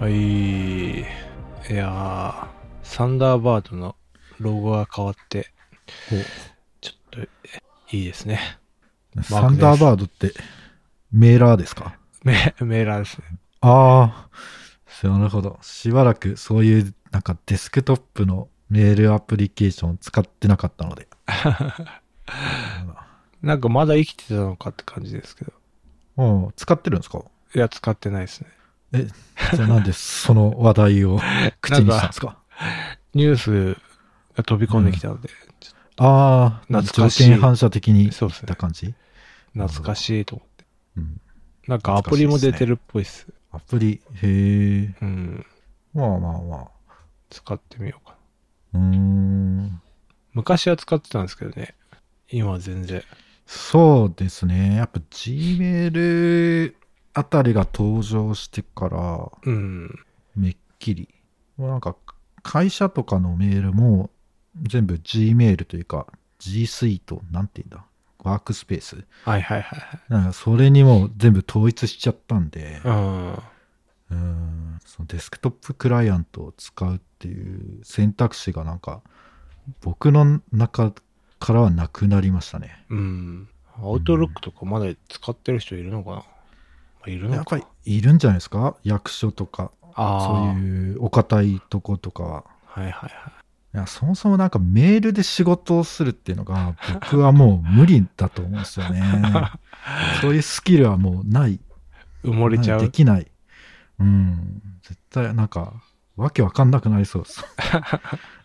はい。いやー、サンダーバードのロゴが変わって、ちょっと、いいですね。 サンダーバードってメーラーですかメメーラーですね。ああ、なるほど。しばらくそういうなんかデスクトップのメールアプリケーションを使ってなかった ので。なんかまだ生きてたのかって感じですけど。もう使ってるんですかいや、使ってないですね。え、じゃあなんでその話題を口にしたんですかニュースが飛び込んできたので、ちょっああ、懐か条しい件反射的にとそうですいっねた。感じ、懐かしいと思って。うん、なんかアプリも出てるっぽいっす。アプリ、へえ。うん。まあまあまあ。使ってみようかな。うーん。昔は使ってたんですけどね。今は全然。そうですね。やっぱ Gmail あたりが登場してから、うん。めっきり。もうなんか、会社とかのメールも、全部 Gmail というか、G Suite、なんて言うんだ、ワークスペース。はいはいはいなんかそれにもう全部統一しちゃったんで、はい。うんそのデスクトップクライアントを使うっていう選択肢がなんか、僕の中からはなくなりましたね。うん。うん。アウトロックとかまだ使ってる人いるのかな、まあ、いるのやっかぱりいるんじゃないですか役所とか、そああ。ういうお堅いとことかは。はいはいいやそもそもなんかメールで仕事をするっていう のが僕はもう無理だと思うんですよね。そういうスキルはもうない。はい。埋もれちゃないでう。きない。うん。絶対なんかわけわかんなくなりそうです。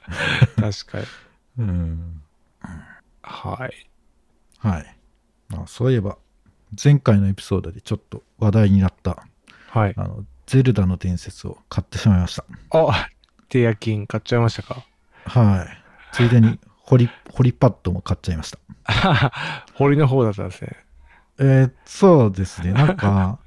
確かに。うん。はい。はい。あそういえば前回のエピソードでちょっと話題になったはい。あのゼルダの伝説を買ってしまいました。あティアキン買っちゃいましたかはい。ついでにホリ、ホリパッドも買っちゃいました。堀の方だったんですね。えーそうですね。な んか、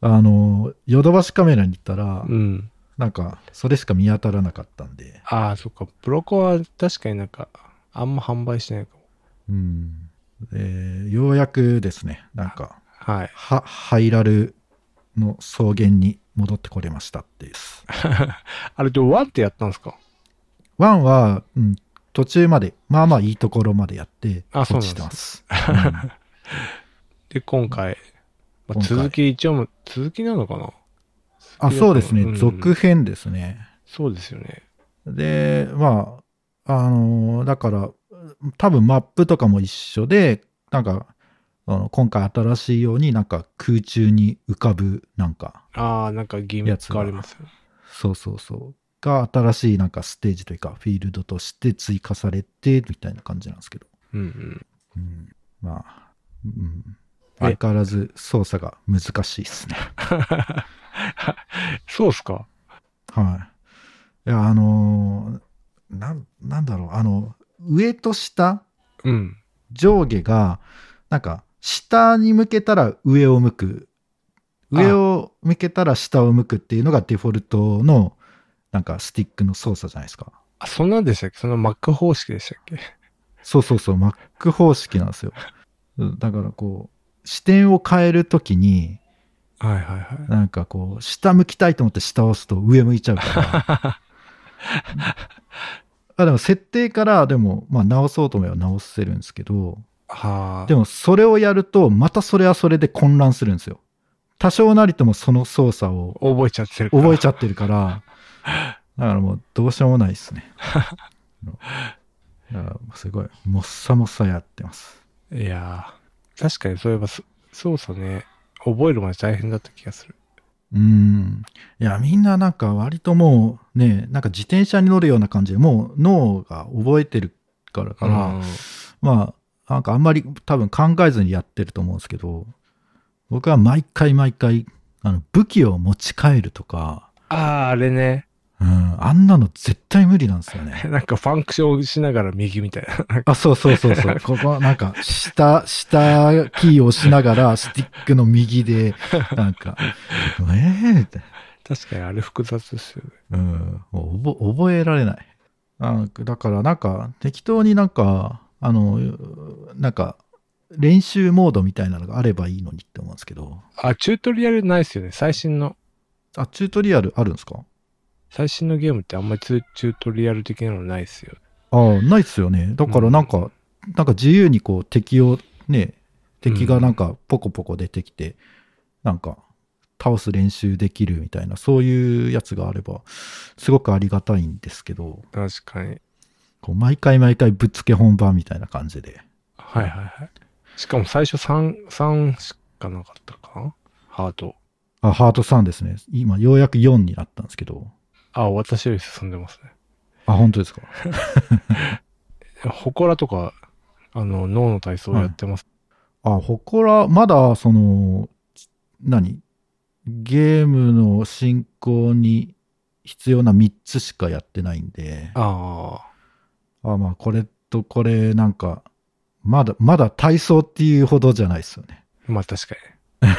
あの、ヨドバシカメラに行ったら、うん。なんか、それしか見当たらなかったんで、ああ、そっか。ブロコは確かになんか、あんま販売してないかも。うん。えーようやくですね、なんか、はい。は、ハイラルの草原に戻ってこれましたってです。あれでワンってやったんですかワンは、うん、途中まで、まあまあいいところまでやって、あそう落なんちですてます。で、今回、まあ、今回続き一応も、続きなのかなあ、そうですうね。ん続編ですね。そうですよね。で、まあ、あのーだから、多分マップとかも一緒で、なんか、あの今回新しいようになんか空中に浮かぶなんか、ああ、なんかギミックありますよね。そうそうそう、が新しいなんかステージというかフィールドとして追加されてみたいな感じなんですけど、うんうん。うん、まあ、うん、え相変わらず操作が難しいですね。 そうっすかはい。いや、あのーなん、なんだろう、あの、上と下うん。上下がなんか下に向けたら上を向くあ上を向けたら下を向くっていうのがデフォルトのなんかスティックの操作じゃないですかあ、そんなんでしたっけその Mac 方式でしたっけそうそうそう Mac 方式なんですようんだからこう視点を変えるときにはいはいはい。なんかこう下向きたいと思って下を押すと上向いちゃ うからあでも設定からでも、まあ、直そうと思えば直せるんですけどはあ。でも、もそれをやるとまたそれはそれで混乱するんですよ。多少なりともその操作を覚えちゃってるから。覚えちゃゃって るから、だからもうどうしようもないですね。だからすごい、もっさもっさやってます。いやー確かにそういえばそ、そうそうね。覚えるまで大変だった気がする。うん。いや、みんななんか割ともうね、なんか自転車に乗るような感じで、もう脳が覚えてるからかうら、んまあ、なんかあんまり多分考えずにやってると思うんですけど、僕は毎回毎回、あの武器を持ち帰るとか、ああ、あれね。 うん、あんなの絶対無理なんですよね。なんかファンクションしながら右みたいな。 あ、そうそうそうそう。 ここ、なんか、下、下キーを押しながら、スティックの右で、なんか、ええって、確かにあれ複雑ですよね。うん、もう覚覚えられない。あだから、なんか、適当になんか、あの、なんか、練習モードみたいなのがあればいいのにって思うんですけど、あ、チュートリアルないですよね。最新の。あ、チュートリアルあるんですか最新のゲームってあんまりチュチュートリアル的なのないですよ。ああ、ないっすよね。だからなんか、うんなんか自由にこう敵をね、敵がなんかポコポコ出てきて、なんか倒す練習できるみたいな、そういうやつがあれば、すごくありがたいんですけど、確かに。こう毎回毎回ぶっつけ本番みたいな感じで。はいはいはい。しかも最初3、3しかなかったかなハート。あ、ハート3ですね。今、ようやく4になったんですけど。あ、私より進んでますね。あ、本当ですか。ほこらとか、あの、脳の体操やってます。あ、ほこら、まだ、その、何ゲームの進行に必要な3つしかやってないんで、ああまあ、これとこれ、なんか、まだ、まだ体操っていうほどじゃないですよね。あ、まあ確かに。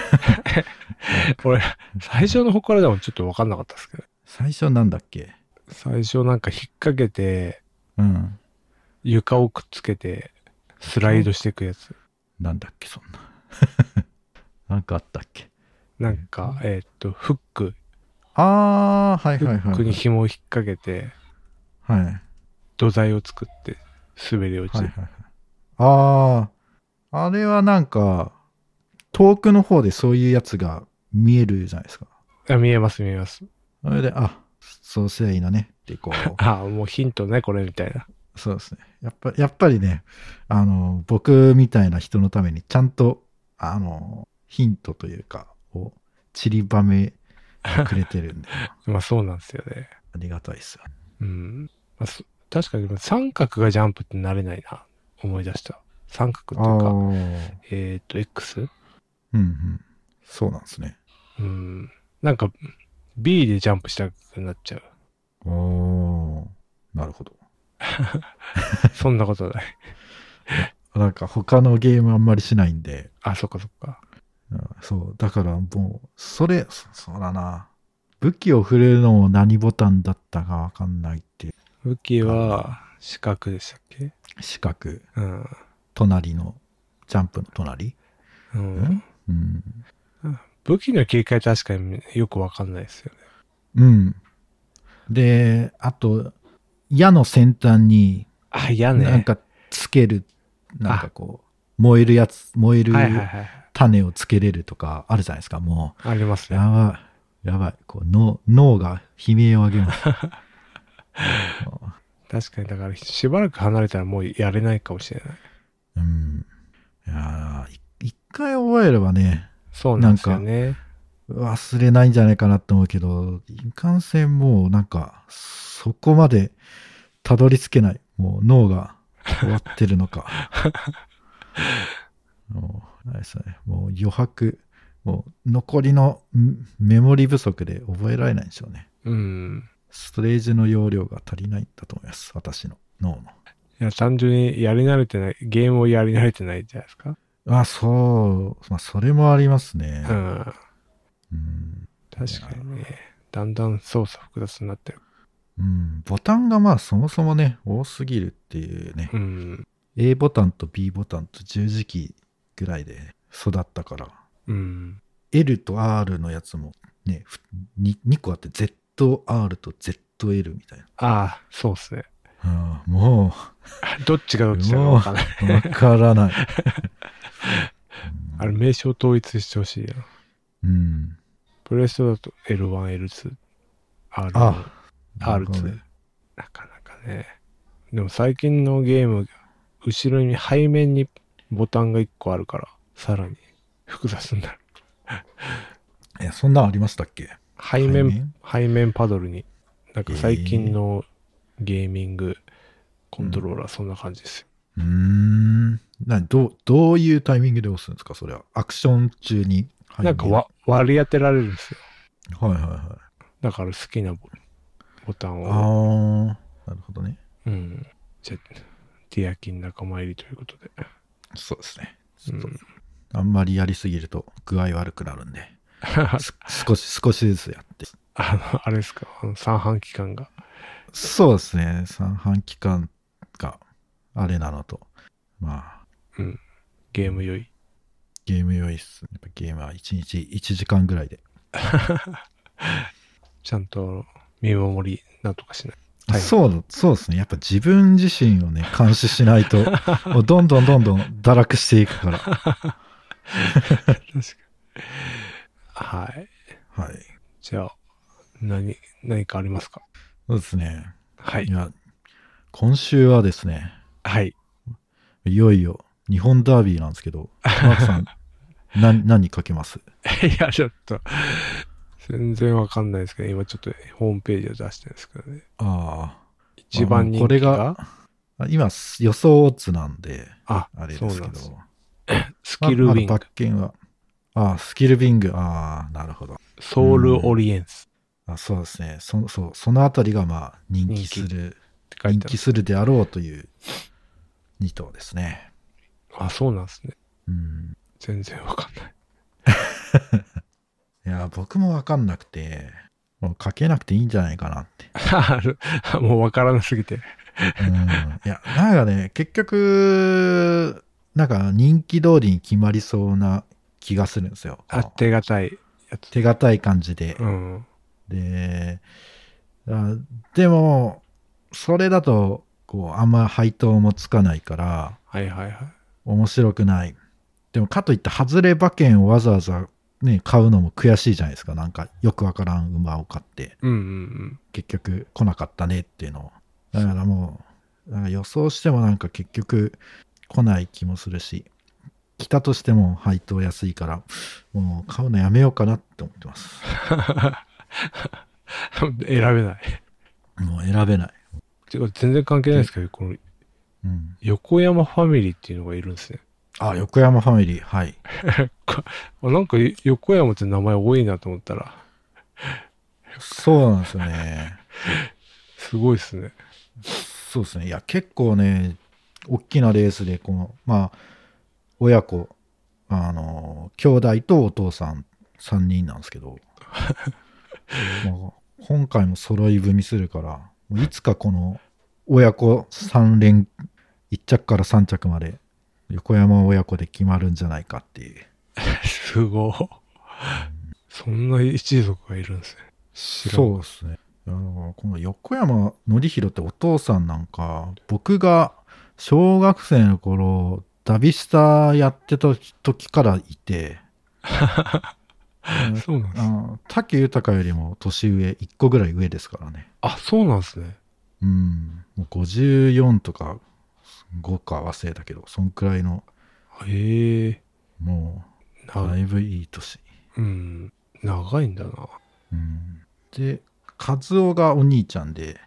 俺、最初のほこらでもちょっとわかんなかったですけど。最初なんだっけ最初なんか引っ掛けて、うん。床をくっつけて、スライドしていくやつ。なんだっけ、そんな。なん かあったっけなんか、えーっと、フック。あー、はいフはいッはクにい。紐を引っ掛けて、はい。はい土台を作って、滑り落ちはいる。はい。あー、あれはなんか、遠くの方でそういうやつが見えるじゃないですか。あ見えます見えます。それで、あ、そうすりゃいいのねってこう、ああ、もうヒントね、これみたいな。そうですね。やっぱやっぱりね、あの、僕みたいな人のためにちゃんと、あの、ヒントというか、を散りばめてくれてるんで、あまあそうなんですよね。りがたいですよ。うん。まあ、そ確かにでも三角がジャンプって慣れないな。思い出した。三角っていうか、ーえっ、と、X? うんうん。そうなんですね。うん。なんか、B でジャンプしたくなっちゃう。おーなるほど。そんなことない。 なんか他のゲームあんまりしないんで、あ、そっかそっか。うんそう、だからもう、それ、そそうだな。武器を振れるのも何ボタンだったかわかんないっていう武器は、四角でしたっけ四角。うん。隣の、ジャンプの隣。うん、うん。武器の切り替え確かによくわかんないですよね。うん。で、あと、矢の先端に、あ、嫌ね。なんかつける、なんかこう、燃えるやつ、燃えるはいはいはい。種をつけれるとかあるじゃないですか、もありますう。ね。やばい、やばい。こう、脳、脳が悲鳴を上げ ます。確かに、だから、しばらく離れたらもうやれないかもしれない。うん。いやーい一回覚えればね、そうなんですよね。忘れないんじゃないかなと思うけど、いかんせんもうなんか、そこまでたどり着けない。もう脳が終わってるのか。もう、あれですね。もう余白、もう残りのんメモリ不足で覚えられないんでしょうね。うん。ストレージの容量が足りないんだと思います。私の脳いや、単純にやり慣れてない、ゲームをやり慣れてないじゃないですか。の。あ、そう。まあ、それもありますね。うん。うん確かにね。だんだん操作複雑になってる。うん、ボタンがまあそもそもね、多すぎるっていうね、うん。 A ボタンと B ボタンと十字キーぐらいで育ったから、うん。 L と R のやつもね、2, 個あって ZR と ZL みたいな。ああ、そうっすね。 ああもどっちがどっちだかわかんない。う、わからない。 あれ、名称統一してほしいよ。うん。プレストだと L1、L2、R1、あ R2 なるほどね。なかなかね。でも最近のゲーム、後ろに背面にボタンが1個あるから、さらに複雑になる。え、そんなんありましたっけ背面、背面パドルに、なんか最近のゲーミングコントローラーそんな感じですよ。うーん。などう、どういうタイミングで押すんですかそれは。アクション中に。なんかわ割り当てられるんですよ。はいはいはい。だから好きなボボタンを。ああ、なるほどね。うん。じゃ、ディアキン仲間入りということで。そうですね。うん、 あんまりやりすぎると具合悪くなるんで、す少し、少しずつやって。あの、あれですか、あの三半期間が。そうですね。三半期間があれなのと、まあ、ゲーム酔い。ゲーム用意っす。やっぱゲームは1日1時間ぐらいでちゃんと見守り、なんとかしない。はいそう、そうですね。やっぱ自分自身をね、監視しな いと、もうどんどんどんどん堕落していくから。確かに。はい。はい。じゃあ、何、何かありますかそうですね。はいい。や、今週はですね、はい。いよいよ、日本ダービーなんです けど、マークさん、な何にかけますいや、ちょっと、全然わかんないですけど、今ちょっとホームページを出してるんですけどね。あ一番人気が。これがあ。今、予想オッズなんで、あ、あれそでうすなけんですど。。スキルウィンまグまだ、罰金は。ああ、スキルビング。ああ、なるほど。ソウルオリエンスあそうですね。そそうそのあたりが、まあ、人気する、って書い人てある気。するであろうという2頭ですね。あ、そうなんですね。うん。全然わかんない。 いや、僕もわかんなくて、もうかけなくていいんじゃないかなって。あるもうわからなすぎて。うん。いや、なんかね、結局、なんか人気通りに決まりそうな気がするんですよ。あ、手堅いやつ。手堅い感じで。うん。で、あでも、それだと、こう、あんま配当もつかないから、はいはいはい。面白くない。でも、かといって、外れ馬券をわざわざね、買うのも悔しいじゃないですか。なんか、よくわからん馬を買って、うんうん結局来なかったねっていうのを。だからもう、なんか予想してもなんか結局来ない気もするし、来たとしても配当安いから、もう買うのやめようかなって思ってます。うん。選べない。もう選べない。てか全然関係ないですけど、このうん。横山ファミリーっていうのがいるんですね。あ、横山ファミリー。はい。あなんか横山って名前多いなと思ったら、そうなんですよね。すごいですね。そうですね。いや、結構ね、大きなレースで、この、まあ、親子、あの、兄弟とお父さん3人なんですけど、もう今回も揃い踏みするから、もういつかこの親子3連、1着から3着まで、横山親子で決まるんじゃないかっていう。すごい。そんな一族がいるんですね。知らんそうですね。あのこの横山典弘ってお父さんなんか、僕が小学生の頃、ダビスタやってた時からい て、うんそうなんであす。の武豊よりも年上、1個ぐらい上ですからね。あ、そうなんですね。うん、もう54とか5か忘れたけど、そんくらいの、へえ。もう、なだいぶいい年。うん。長いんだな。うん、で、和夫がお兄ちゃんで、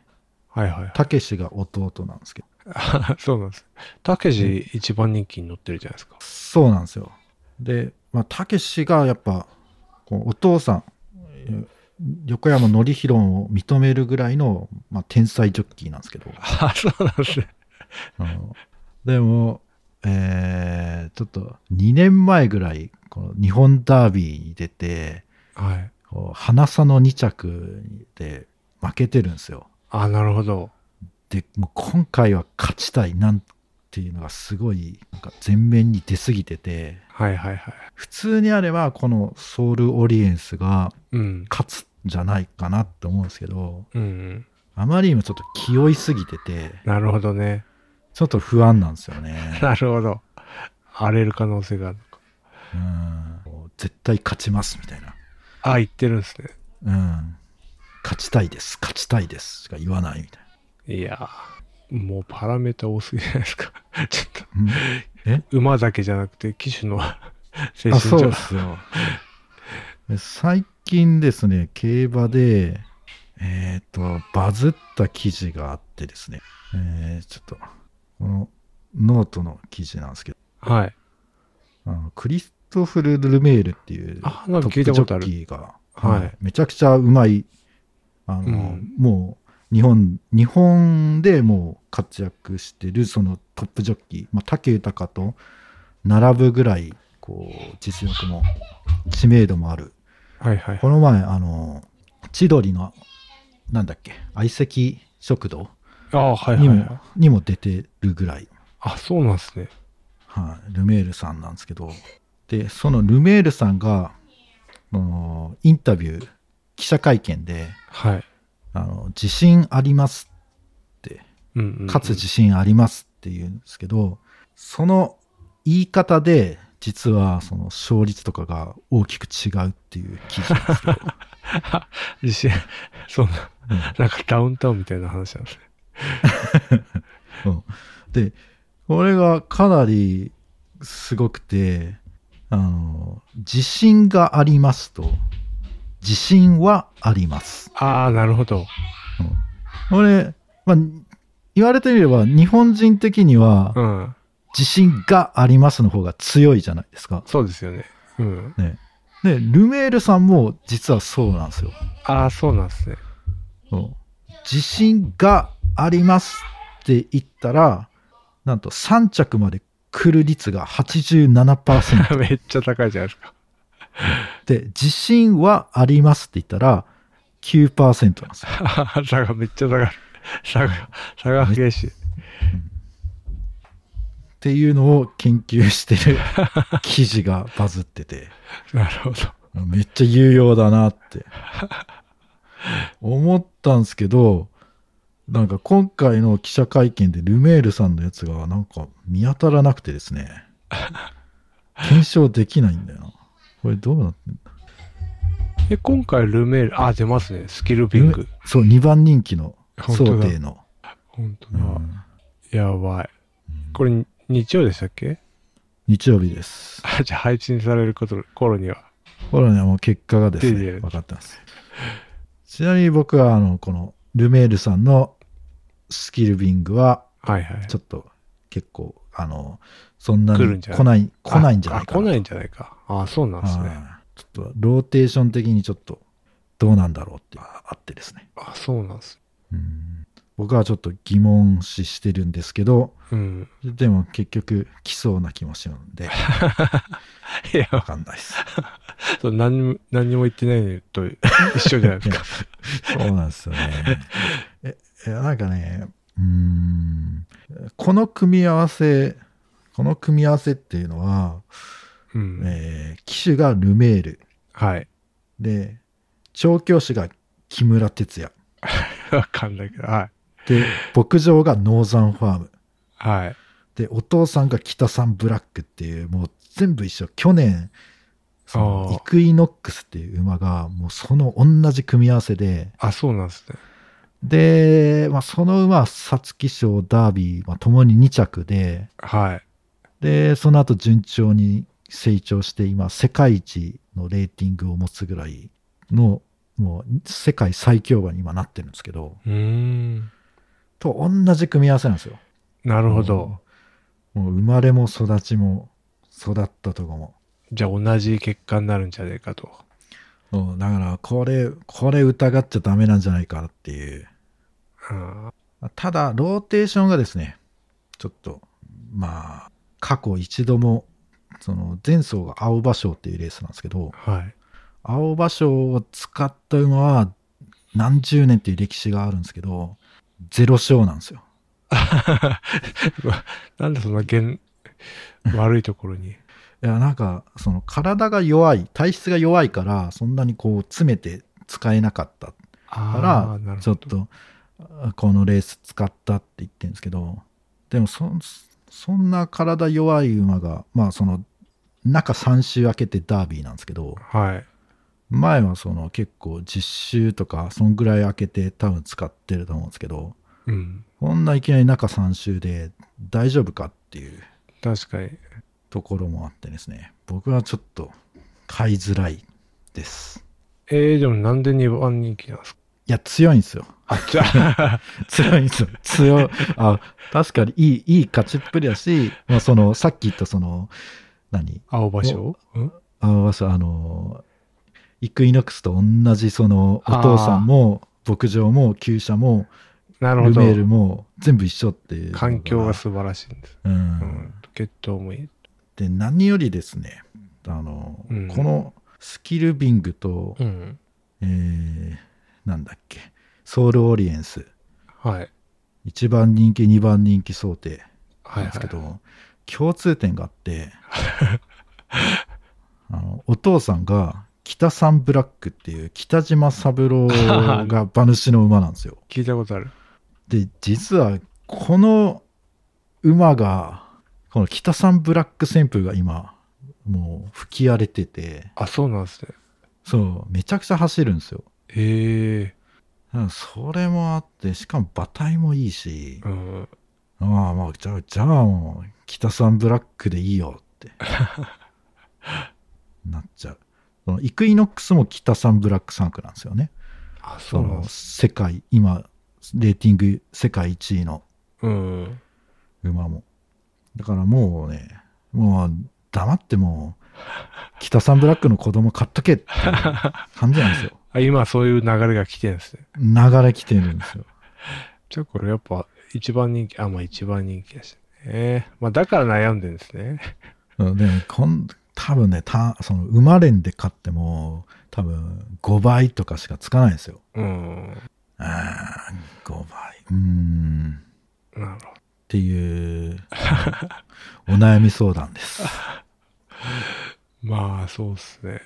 はいはいはい。武志が弟なんですけど、あ そうなんです。たけし一番人気に乗ってるじゃないですか。そうなんですよ。で、まあ、たけしがやっぱ、こうお父さん、え横山典弘を認めるぐらいの、まあ、天才ジョッキーなんですけど、あそうなんですね。あのでも、えーちょっと2年前ぐらい、この日本ダービーに出て、はい。こう花差の2着で負けてるんですよ。あなるほど。で、もう今回は勝ちたいなんていうのがすごい、なんか前面に出すぎてて、はいはいはい。普通にあればこのソウルオリエンスがうん。勝つんじゃないかなって思うんですけどうんうん。あまりにもちょっと気負いすぎててなるほどね。ちょっと不安なんですよねなるほど。荒れる可能性があるのか。うんもう絶対勝ちますみたいな、あ言ってるんですね。うん、勝ちたいです勝ちたいですしか言わないみたいいやーもうパラメータ多すぎじゃないですか。 ちょっな、と、馬だけじゃなくて、騎手の精うん、あ神そう状で。すよで最近ですね競馬でえっ、とバズった記事があってですね、えーちょっとこのノートの記事なんですけどはい。あのクリストフル・ルメールっていうトあなんかッ聞プいたジョことあッるキーが、はいめちゃくちゃうまいあの、うんもう日本日本でもう活躍してるそのトップジョッキー、まあ、武豊と並ぶぐらいこう実力も知名度もあるはいはい。この前あの千鳥のなんだっけ相席食堂あはいはいにも,、はい。にも出てるぐらいあ、そうなんですね。はい、ルメールさんなんですけどでそのルメールさんがあのインタビュー記者会見で、はい。あの、自信ありますって、うんうんうんかつ自信ありますって言うんですけど、その言い方で、実はその勝率とかが大きく違うっていう記 事なんですけど、自信、 そんな、うんなんかダウンタウンみたいな話なんですね。で、これがかなりすごくて、あの、自信がありますと、自信はあります。ああ、なるほど。これ、まあ、言われてみれば、日本人的にはう、ん。自信がありますの方が強いじゃないですか。そうですよね。うん。で、ルメールさんも実はそうなんですよ。ああ、そうなんですね。 うん自信がありますって言ったら、なんと3着まで来る率が87%。めっちゃ高いじゃないですか。で、自信はありますって言ったら、9%なんです よ。差がめっちゃ下がる。差が、差が激しい。っていうのを研究してる記事がバズってて、なるほど。めっちゃ有用だなって、思ったんですけど、なんか今回の記者会見でルメールさんのやつがなんか見当たらなくてですね、検証できないんだよな。これどうなってんだえ、今回ルメール、あ、出ますね。スキルビング。そう、2番人気の本当想だ定の。本当うだ。んやばい。これ、日曜でしたっけ日曜日です。あ、じゃあ配信されること頃には。これはね、もう結果がです出てね、る分かってます。ちなみに僕は、あの、この、ルメールさんのスキルビングは、はいはい。ちょっと結構、あの、そんな来るんにじゃない来ない、来ないんじゃなあいかあ来な。ないんじゃないか。あ、そうなんですね。はいちょっと、ローテーション的にちょっと、どうなんだろうっていうのがあってですね。あ、そうなんです。うん僕はちょっと疑問視してるんですけど、うん。 でも結局来そうな気もしるんで、いや、わかんないです。そう何にも何にも言ってないのと一緒じゃ ないですか。そうなんですよね。 え、えなんかね、うーん、この組み合わせ、この組み合わせっていうのは、うん。えー騎手がルメール、はい。で、調教師が木村哲也、わかんないけど、はい。で、牧場がノーザンファーム、はい。で、お父さんが北さんブラックっていう、もう全部一緒。去年、そのあーイクイノックスっていう馬が、もうその同じ組み合わせで、あ、そうなんですね。で、まあ、その馬、皐月賞、ダービー、まあ、共に2着で、はい。で、その後順調に成長して、今、世界一のレーティングを持つぐらいの、もう、世界最強馬に今なってるんですけど、うーん。と同じ組み合わせなんですよ。なるほど。もう。もう生まれも育ちも、育ったとこも。じゃあ同じ結果になるんじゃないかと。うんだから、これ、これ疑っちゃダメなんじゃないかなっていう。うん、ただ、ローテーションがですね、ちょっと、まあ、過去一度も、その、前走が青葉賞っていうレースなんですけど、はい。 青葉賞を使った馬は、何十年っていう歴史があるんですけど、ゼロ勝なんですよ。なんでそんな 現、悪いところに。いや、なんか、その、体が弱い、体質が弱いから、そんなにこう、詰めて使えなかったああ、かならるちょほっど。とあこのレース使ったって言ってるんですけどでもそそんな体弱い馬がまあその中3週明けてダービーなんですけどはい。前はその結構10週とかそんぐらい明けて多分使ってると思うんですけどうん。こんないきなり中3週で大丈夫かっていう確かに。ところもあってですね僕はちょっと買いづらいですえー、でもなんで2番人気なんですかいや強いんですよあ、じゃあ、強いんですよ。強い。あ、確かにいい、いい勝ちっぷりだし、まあその、さっき言ったその、何青葉賞うんあわさ、あの、イクイノックスと同じその、お父さんも、牧場も、厩舎も、なるルほど。メールも、全部一緒っていう。環境が素晴らしいんです。ううんん。。血統もいい。で、何よりですね、あの、うんこのスキルビングと、うん。えー、なんだっけ、ソウルオリエンス、はい。 1番人気、2番人気想定。はい、なんですけど、はい。 共通点があってあのお父さんが北サンブラックっていう北島三郎が 馬主の馬なんですよ。聞いたことある。で、実はこの馬が、この北三ブラック旋風が今、もう吹き荒れてて、あ、そうなんですね。そう、めちゃくちゃ走るんですよ。へえ。うんそれもあって、しかも馬体もいいし、うん。まあまあ、じゃあ、じゃあもう、北三ブラックでいいよ って、なっちゃう。そのイクイノックスも北三ブラック3区なんですよね。あ、そそうなんのです。世界、今、レーティング世界1位のうん。馬も。だからもうね、もう黙っても う、北三ブラックの子供買っとけっていう感じなんですよ。あ、今そういう流れが来てるんですね。流れ来てるんですよ。じゃあこれやっぱ一番人気、あ、まあ一番人気だしね。まあだから悩んでるんですね。うんでもこん多分ねたその馬連で買っても多分5倍とかしかつかないんですよ。うん。あー5倍うーんっなるほど。ていうお悩み相談です。まあそうっすね。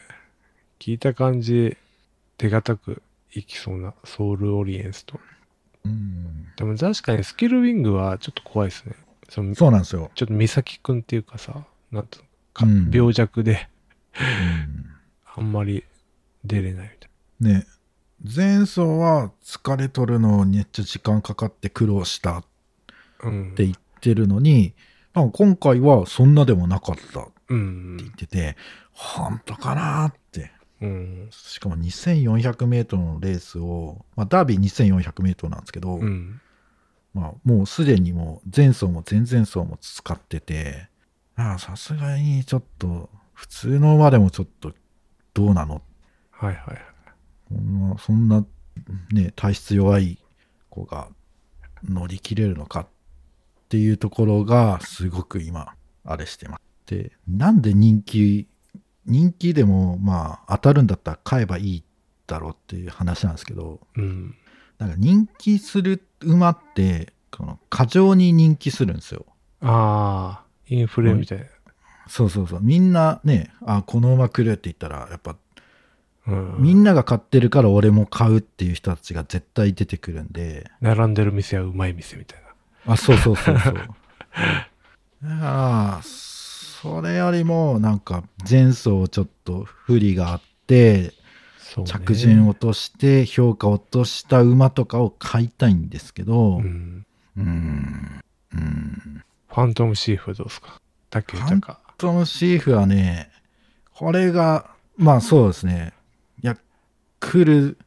聞いた感じ、手堅くいきそうなソウルオリエンスと。うんでも確かにスキルウィングはちょっと怖いですね。そのそうなんですよ。ちょっと美咲くんっていうかさ、なんとか、うん病弱でうんあんまり出れないみたいね前走は疲れとるのにめっちゃ時間かかって苦労したっな。うん。て言ってるのになんか今回はそんなでもなかったってうん言ってて、本当かなーってうん。しかも 2400m のレースを、まあ、ダービー 2400m なんですけど、うん。まあ、もうすでにもう前走も前々走も使っててああさすがにちょっと普通の馬でもちょっとどうなのはいはいはい。そんなそんなね体質弱い子が乗り切れるのかっていうところがすごく今あれしてます。でなんで人気人気でもまあ当たるんだったら買えばいいだろうっていう話なんですけどうん。なんか人気する馬ってこの過剰に人気するんですよ。ああ、インフレみたいな。そうそうそうみんなねあこの馬来るって言ったらやっぱうん。みんなが買ってるから俺も買うっていう人たちが絶対出てくるんで。並んでる店はうまい店みたいあ、そうそうそう そう。だから、それよりも、なんか、前走ちょっと不利があっな。て、そう、ね。着順落として、評価落とした馬とかを買いたいんですけど、う。うんーん、うーん。ファントムシーフはどうですか竹豊か。トムシーフはね、これが、まあそうですね。いや、来る、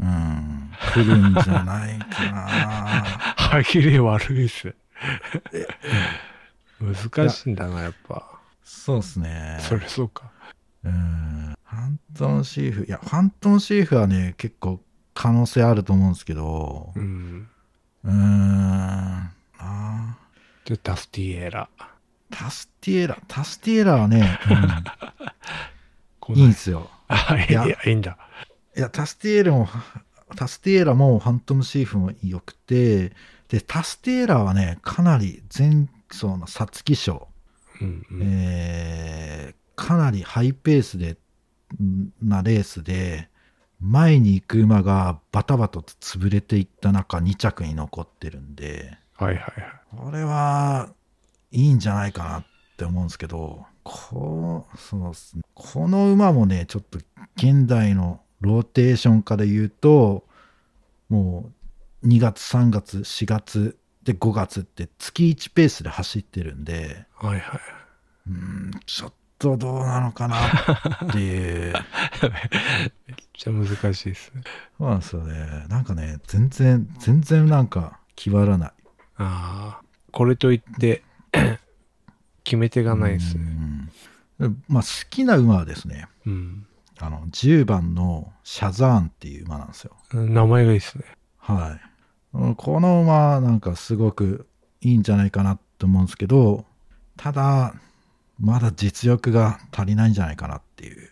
うん、来るんじゃないかな。 歯切れ悪いっす。難しいんだな、やっぱ。そうですね。そりゃそうか。うーんファントムシーフ、いや、ファントムシーフはね、結構可能性あると思うんですけどう、ん。うーん、ああで、ダスティエラ。タスティエラ、タスティエラはね、こうんないいんいすよ。あ、いや、いやいいんだ。いや、タスティエラも、タスティエラもファントムシーフも良くて、で、タスティエラはね、かなり前走の皐月賞、うん、うん。えーかなりハイペースでんなレースで前に行く馬がバタバタと潰れていった中2着に残ってるんではいはいはい。これはいいんじゃないかなって思うんですけどこうそうっすねこの馬もねちょっと現代のローテーション化で言うともう2月3月4月で5月って月1ペースで走ってるんで。はいはうーんちょっとどうなのかなっていう。い。めっちゃ難しいっすね。 そうなんですよね。なんかね、全然、全然なんか、気張らない。ああ。これとい って、決め手がないっすね。うん。まあ、好きな馬はですね、うん。あの、10番のシャザーンっていう馬なんですよ。名前がいいっすね。はい。うんこの馬、なんかすごくいいんじゃないかなと思うんですけど、ただ、まだ実力が足りないんじゃないかなっ ていう。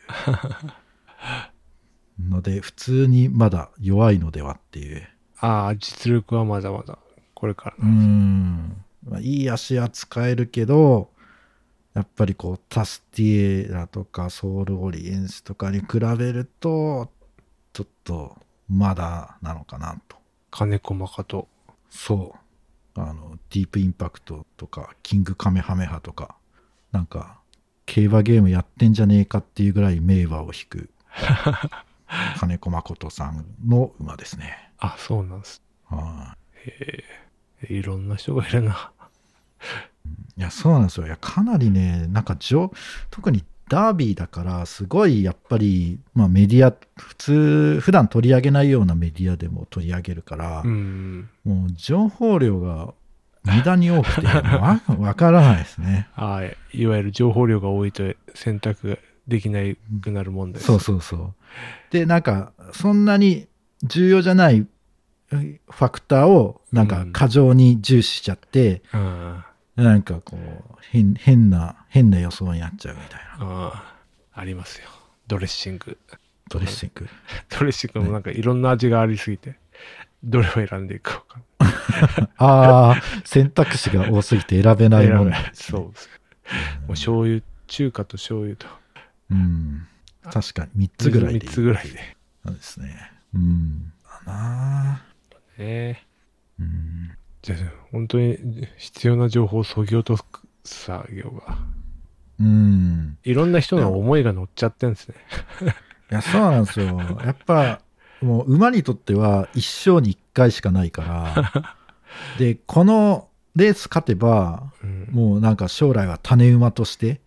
ので、普通にまだ弱いのではっていう。ああ、実力はまだまだ。これからうーん。まあ、いい足は使えるけど、やっぱりこうタスティエラとかソウルオリエンスとかに比べるとちょっとまだなのかなと金駒かと。そうあのディープインパクトとかキングカメハメハとかなんか競馬ゲームやってんじゃねえかっていうぐらい名馬を引 く金子誠さんの馬ですねあ、そうなんです。はへえ。いろんな人がいるな。いいやそうなんですよいやかなりねなんかじょ特にダービーだからすごいやっぱり、まあ、メディア普通普段取り上げないようなメディアでも取り上げるから、うん。もう情報量が無駄に多くて わわからないですねあいわゆる情報量が多いと選択ができなくなるもんです。そうそうそう。で、なんか、そんなに重要じゃないえファクターを、なんうかん過剰に重視しちゃって、うん。あなんかこう、変、変な、変な予想になっちゃうみたいな。あ。ありますよ。ドレッシング。 ドレッシング。ドレッシングもなんかいろんな味がありすぎて、どれを選んでいくかわかんああ、選択肢が多すぎて選べなないい。選もべんない。ですねそうです。もう醤油、中華と醤油と。うん。確かに3つぐらい3でいいつぐらいで。ねなんですね。うん。だなあえうん。じゃあ、本当に必要な情報をそぎ落とす作業が。うん。いろんな人の思いが乗っちゃってんですね。いや、そうなんですよ。やっぱ、もう馬にとっては一生に一回しかない から。で、このレース勝てば、うん、もうなんか将来は種馬として、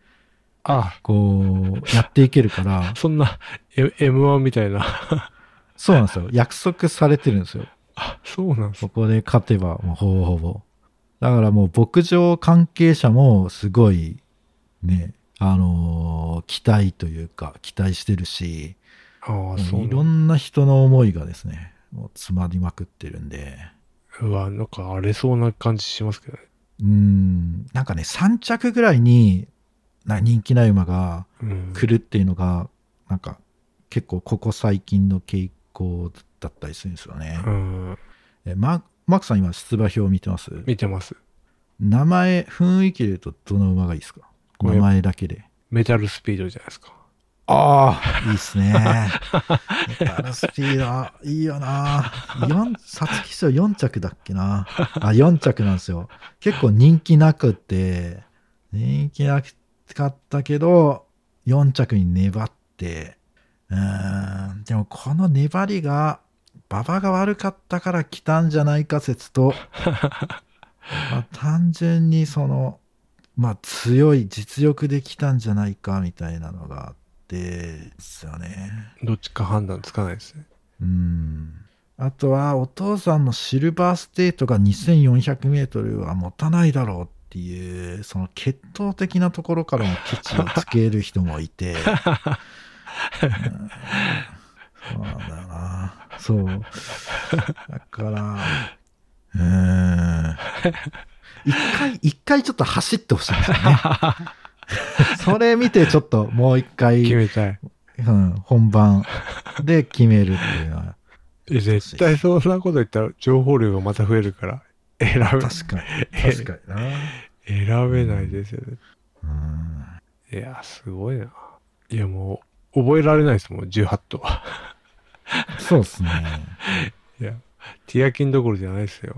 あこう、やっていけるからあ、、そんな、え M1 みたいな。そうなんですよ。約束されてるんですよ。あ、そうなんですここで勝てば、もうほぼほぼ。だからもう牧場関係者もすごい、ね、あのー期待というか、期待してるし、ああ、もそうういろなんんな人の思いがですね、もう詰まりまくってるんで、うわ、なんか荒れそうな感じしますけどね。うーん、なんかね、3着ぐらいにな人気ない馬がうん。来るっていうのが、なんか結構ここ最近の傾向だったりするんですよね。うん、えマークマークさん今出馬表見てます見てます。名前、雰囲気で言うとどの馬がいいですかこれ名前だけで。メタルスピードじゃないですか。ああ、いいっすね。パラスピーダー、いいよな。四皐月賞4着だっけな。あ、4着なんですよ。結構人気なくて、人気なかったけど、4着に粘って、うーん、でもこの粘りが、馬場が悪かったから来たんじゃないか説と、まあ、単純にその、まあ強い実力で来たんじゃないかみたいなのがあってですよね。どっちか判断つかないですね。うん。あとはお父さんのシルバーステートが2400メートルは持たないだろうっていう、その血統的なところからもケチをつける人もいて。うんそうなんだよな。そう。だから、うーん。一回、一回ちょっと走ってほしいんですよね。それ見てちょっともう一回、決めたい。うん、本番で決めるっていうのは、え絶対そんなこと言ったら情報量がまた増えるから、選確かに、確かにな。べ、選べないですよね。うんいや、すごいな。いや、もう、覚えられないですもん、18頭は。そうですね。いや、ティアキンどころじゃないですよ。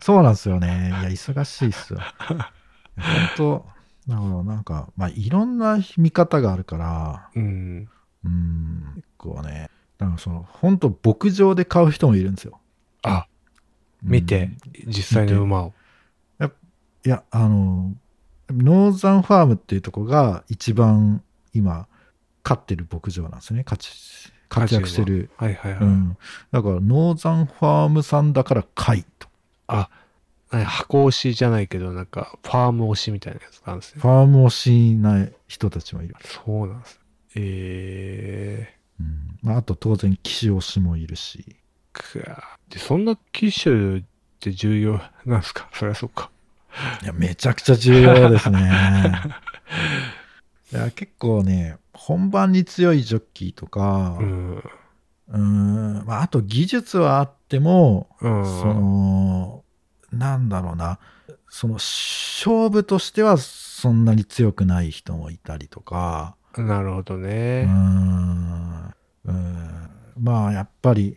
そうなんですよね。いや、忙しいっすよ。本当だからなんか、まあ、いろんな見方があるから、うん。うん、結構ね、だからその、本当牧場で買う人もいるんですよ。あ、うん見て、実際の馬を。いや、あの、ノーザンファームっていうとこが一番今、勝ってる牧場なんですね。勝ち、活躍してる。はいはいはい。うん。だから、ノーザンファームさんだから買いと。あ、なんか箱推しじゃないけど、なんか、ファーム推しみたいなやつがあるんですね。ファームをしない人たちもいる。そうなんです。えーうん。まあ、あと、当然、騎士推しもいるし。くわで、そんな機種って重要なんですかそ りゃそうか。いや、めちゃくちゃ重要ですね。いや、結構ね、本番に強いジョッキーとかう、ん。うん、まあ、あと技術はあっても、うん。その、なんだろうな、その勝負としてはそんなに強くない人もいたりとか、なるほどうね。ーん、うーん、まあやっぱり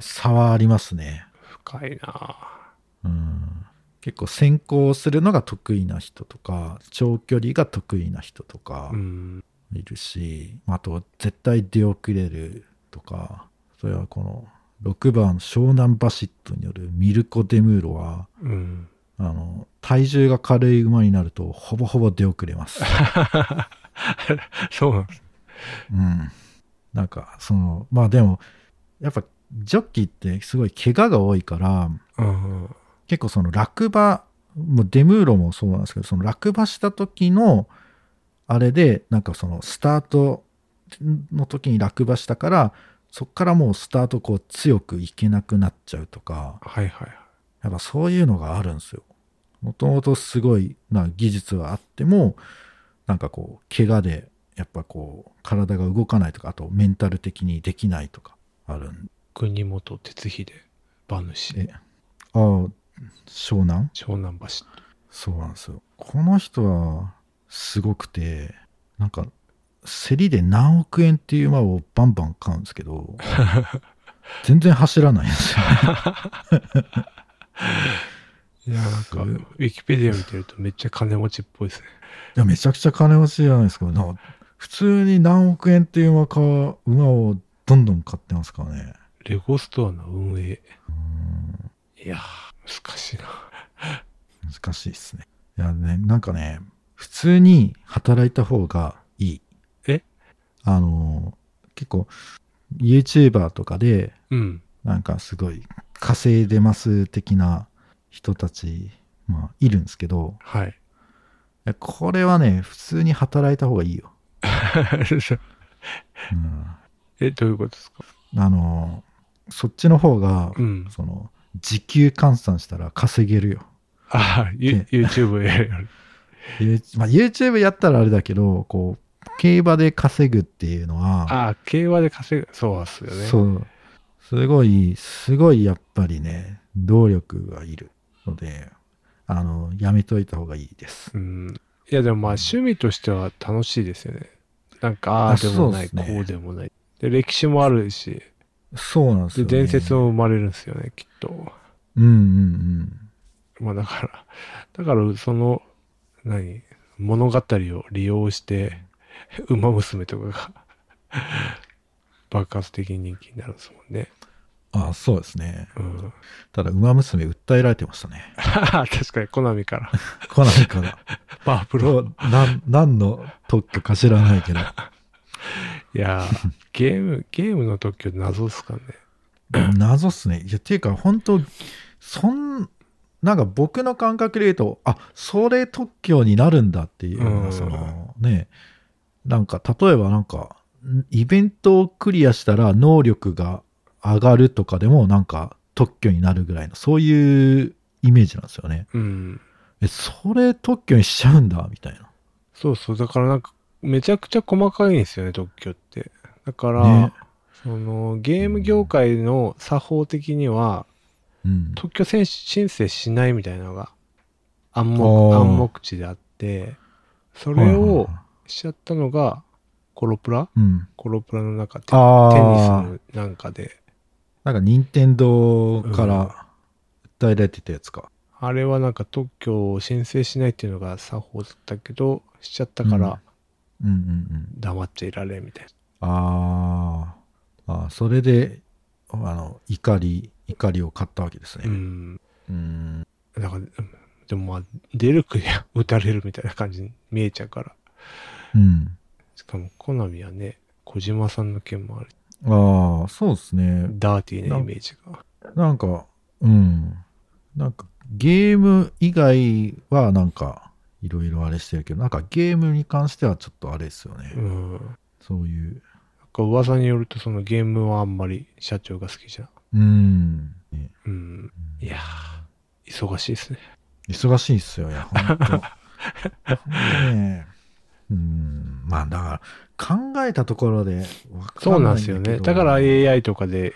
差はありますね。深いなうん、結構先行するのが得意な人とか、長距離が得意な人とかうん。いるし、あと絶対出遅れるとか、それはこの6番湘南バシットによるミルコ・デムーロは、うん。あの、体重が軽い馬になると、ほぼほぼ出遅れます。そうなんです。うん。なんか、その、まあでも、やっぱ、ジョッキーってすごい怪我が多いから、うん。結構その落馬、もうデムーロもそうなんですけど、その落馬した時の、あれで、なんかそのスタートの時に落馬したから、そっからもうスタートこう強くいけなくなっちゃうとか、はいはい。やっぱそういうのがあるんですよ。もともとすごいな技術はあっても、なんかこう、怪我で、やっぱこう、体が動かないとか、あとメンタル的にできないとか、あるん国本哲秀、馬主、で。ああ、湘南湘南橋。そうなんですよ。この人は、すごくて、なんか、競りで何億円っていう馬をバンバン買うんです けど、全然走らないんですよ。いや、なんか、ウすごいィキペディア見てるとめっちゃ金持ちっぽいですね。いや、めちゃくちゃ金持ちじゃないですか。なんか普通に何億円っていう馬か、馬をどんどん買ってますからね。レゴストアの運営。うんいやー、難しいな。難しいですね。いやね、なんかね、普通に働いた方がいい。えあの、結構、YouTuber とかで、うん。なんかすごい稼いでます的な人たち、まあ、いるんですけど、はい。いやこれはね、普通に働いた方がいいよ。 え、どういうことですかうん、あの、そっちの方が、うん。その、時給換算したら稼げるよ。ああ、ユで YouTube やる。 You- まあ、YouTube やったらあれだけど、こう、競馬で稼ぐっていうのは、 ああ、競馬で稼ぐ。そうっすよね。そう、すごい、すごいやっぱりね、動力がいるので、あの、やめといた方がいいです。うん。いや、でもまあ、趣味としては楽しいですよね。なんか、あああでもない、そうっすねこうでもない。で、歴史もあるし、そうなんですで、よ、ね。伝説。も生まれるんですよね、きっと。うんうんまあ、だから、だから、その、何物語を利用して、馬娘とかが、爆発的に人気になるんですもんね。うん。あ、そうですね。うん。ただ、馬娘訴えられてましたね。 確かに、コナミから。コナミから。バーププロ。ロ、なん、何の特許か知らないけど。いや ー、ゲーム、ゲームの特許謎っすかね。 謎っすね。いや、っていうか、本当そん、なんか僕の感覚で言うと、あ、それ特許になるんだっていうよううんな、その、ね、なんか、例えばなんか、んイベントをクリアしたら能力が上がるとかでも、なんか、特許になるぐらいの、そういうイメージなんですよね。うん。え、それ特許にしちゃうんだ、みたいな。そうそう。だからなんか、めちゃくちゃ細かいんですよね、特許って。だから、ねその、ゲーム業界の作法的には、うん。特許申請しないみたいなのが暗あ黙、ー暗黙地であって、それはいはいをはしちゃったのが、コロプラいうん。コロプラの中、テテニスああの、なんかで、なんか、任天堂から訴えられてたやつか。あれはなんか特許を申請しないっていうのが作法だったけど、しちゃったからうんうんうん。黙っちゃいられんみたいあーあー、それで、あの、怒り、怒りを買ったわけですな。うね。ん。うん。なんか、でもまあ、出る杭は打たれるみたいな感じに見えちゃうから。うん。しかも、コナミはね、小島さんの件もある。ああ、そうですね。ダーティーななイメージが。なんか、うん。なんか、ゲーム以外は、なんか、いろいろあれしてるけど、なんかゲームに関してはちょっとあれですよね。うん。なんそういう。か噂によると、そのゲームはあんまり社長が好きじゃん。うん。ねうん。いやー、忙しいですね。忙しいっすよ、いや、ほん と。ほんとね。うん。まあ、だから、考えたところで、そうなんですよね。だからえ AI とかで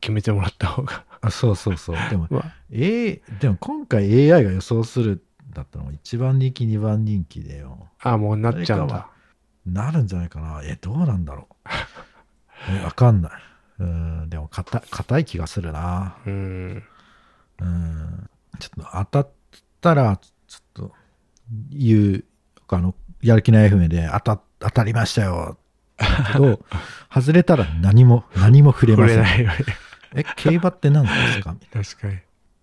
決 めてもらった方が。あそうそうそう。でも、まあえーでも今回 AI が予想するだったらもう1番人気、2番人気でよ。あ、もうなっちゃうん誰だかは。なるんじゃないかな。え、どうなんだろう。えわかんない。うん、でも硬い、硬い気がするな。うん。うん。ちょっと当たったら、ちょっと、言う、あの、やる気ない FM で当た、当たりましたよ。だけど、 外れたら何も、何も触れ触まれせん。ないよね。え、競馬って何ですかみたい確かに。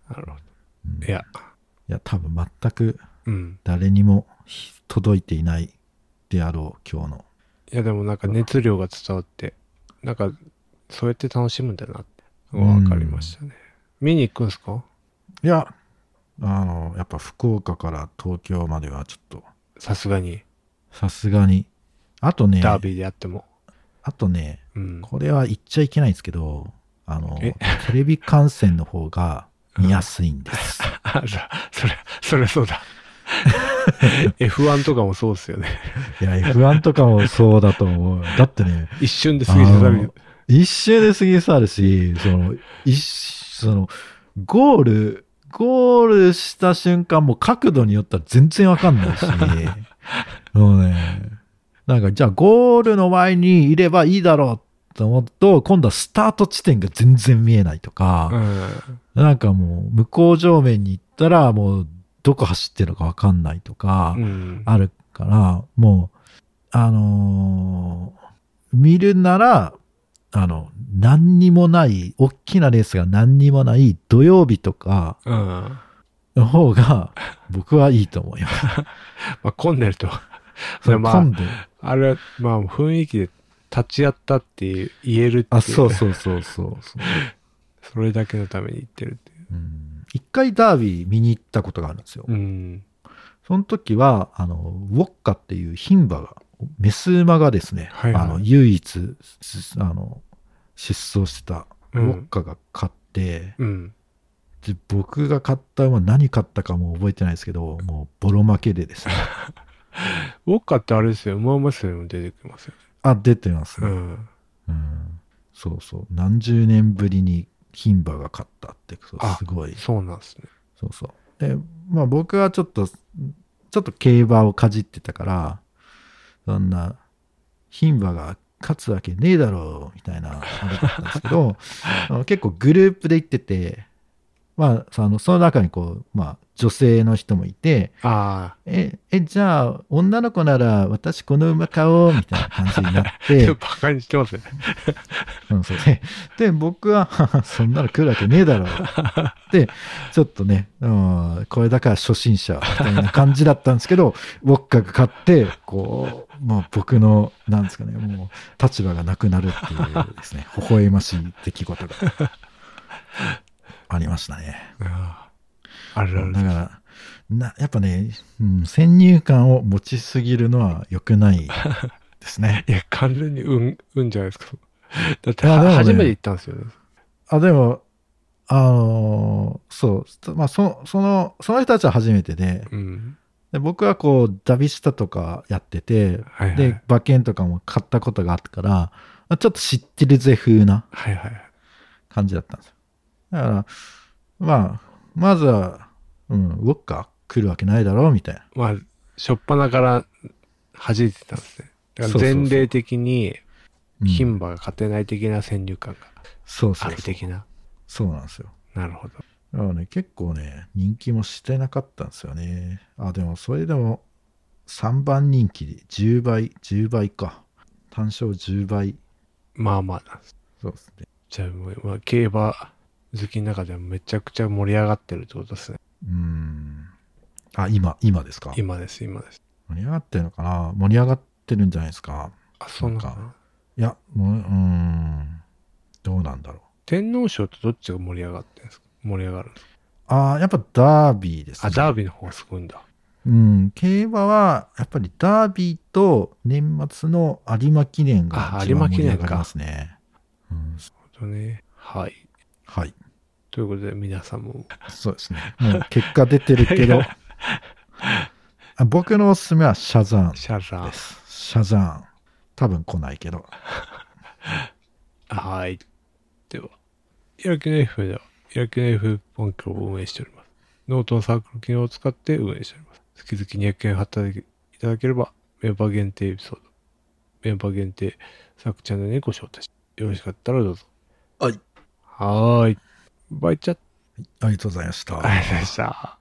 なるほうんど。いや、な。いや、多分全くうん。誰にも届いていないであろう、今日の。いや、でもなんか熱量が伝わって、なんか、そうやって楽しむんだなって、うんわかりましたね。見に行くんすかいや、あの、やっぱ福岡から東京まではちょっと、さすがに。さすがに。あとね、ダービーでやっても。あとね、うん。これは言っちゃいけないんですけど、あの、えテレビ観戦の方が見やすい んです。 あ、そそれ、それそう だ。F1 とかもそうですよね。いや、F1 とかもそうだと思う。だってね、一瞬で過ぎてたあの一周で過ぎ去るし、その、一、その、ゴール、ゴールした瞬間、もう角度によったら全然わかんな いし、もうね、なんか、じゃあゴールの前にいればいいだろうと思うと、今度はスタート地点が全然見えないとか、うん。なんかもう、向こう正面に行ったら、もう、どこ走ってるのかわかんないとか、うん。あるから、もう、あのー見るなら、あの、何にもない、大きなレースが何にもない土曜日とかうん。まの方 が、僕はいいと思います。あ、混んでると。 それまあ混ん、でるあれ、まあ、雰囲気で立ち会ったっていう言えるっていう。あ、そうそうそうそうそう。それだけのために行ってるっていう。うん一回ダービー見に行ったことがあるんですよ。うん。その時は、あの、ウォッカっていう牝馬が、メス馬がですね、はいはいあの、唯一、すあの、失踪してた、うウんォッカが勝って、うん。で僕が買った馬何買ったかもう覚えてないですけどもうボロ負けでですね ウォッカってあれですよ。馬娘にも出てきますよ。あ出てますうね、ん。うんそうそう何十年ぶりに牝馬が勝ったってそうあすごいそうなんですね。そうそうでまあ僕はちょっとちょっと競馬をかじってたからそんな牝馬が勝つわけねえだろうみたいなあれだったんですけどあの結構グループで行っててまあそのその中にこう、まあ、女性の人もいて、あえ、え、じゃあ、女の子なら私この馬買おうみたいな感じになっあ。て、バカにしてますね。うんそうで で、僕は、はは そんなの来るわけねえだ ろうって、ちょっとね、うんこれだから初心者みたいな感じだったんですけど、 ウォッカが買って、こう、もう僕の、なんですかね、もう立場がなくなるっていうです ね、微笑ましい出来事がありましたね。あああるあだかる。。ら、な、やっぱね、うん、先入観を持ちすぎるのは良くないですねいや、完全に運、運じゃないですか。だって、いやでもね初めて行ったんですよね。あ、でも、あのーそう、そまあ、そその、その人たちは初めてで、うん。で僕はこう、ダビスタとかやってて、はいはい。で、馬券とかも買ったことがあったから、あちょっと知ってるぜ風なはいはい。感じだったんですよ。だから、まあ、まずは、うん、ウォッカ来るわけないだろう、みたいな。まあ、初っ端から弾いてたんですね。だから前例的に、うん牝馬が勝てない的な先入観がそうそあうるそう。的な。そうなんですよ。なるほど。だからね、結構ね、人気もしてなかったんですよね。あ、でもそれでも3番人気で10倍、10倍か。単勝10倍。まあまあなんです。そうですね。じゃあもう、まあ、競馬好きの中ではめちゃくちゃ盛り上がってるってことですね。うーん。あ、今、今ですか。盛今です、今です。り上がってるのかな盛り上がってるんじゃないですか。あ、そうなのかなんな。いや、もう、うーん。どうなんだろう。天皇賞とどっちが盛り上がってるんですか盛り上がるんですかあーやっぱダービーですあ、ね。ダービーの方がすごいんだ。うん。競馬は、やっぱりダービーと年末の有馬記念があ一有馬番記盛り上念かがりますね。うん、本当ね。はい。はい。ということで皆さんも。そうです ね。もう結果出てるけいどや、あ僕のおすすめはシャザーンシャザでーす。シャザーン。多分来ないけど。はい。では、やる気の F では、やる気の F 本拠を運営しております。ノートのサークル機能を使って運営しております。月々200円働いていただければ、メンバー限定エピソード、メンバー限定サークルチャンネルにご招待し、よろしかったらどうぞ。はい。はーい。バイチャットありがとうございました。ありがとうございました。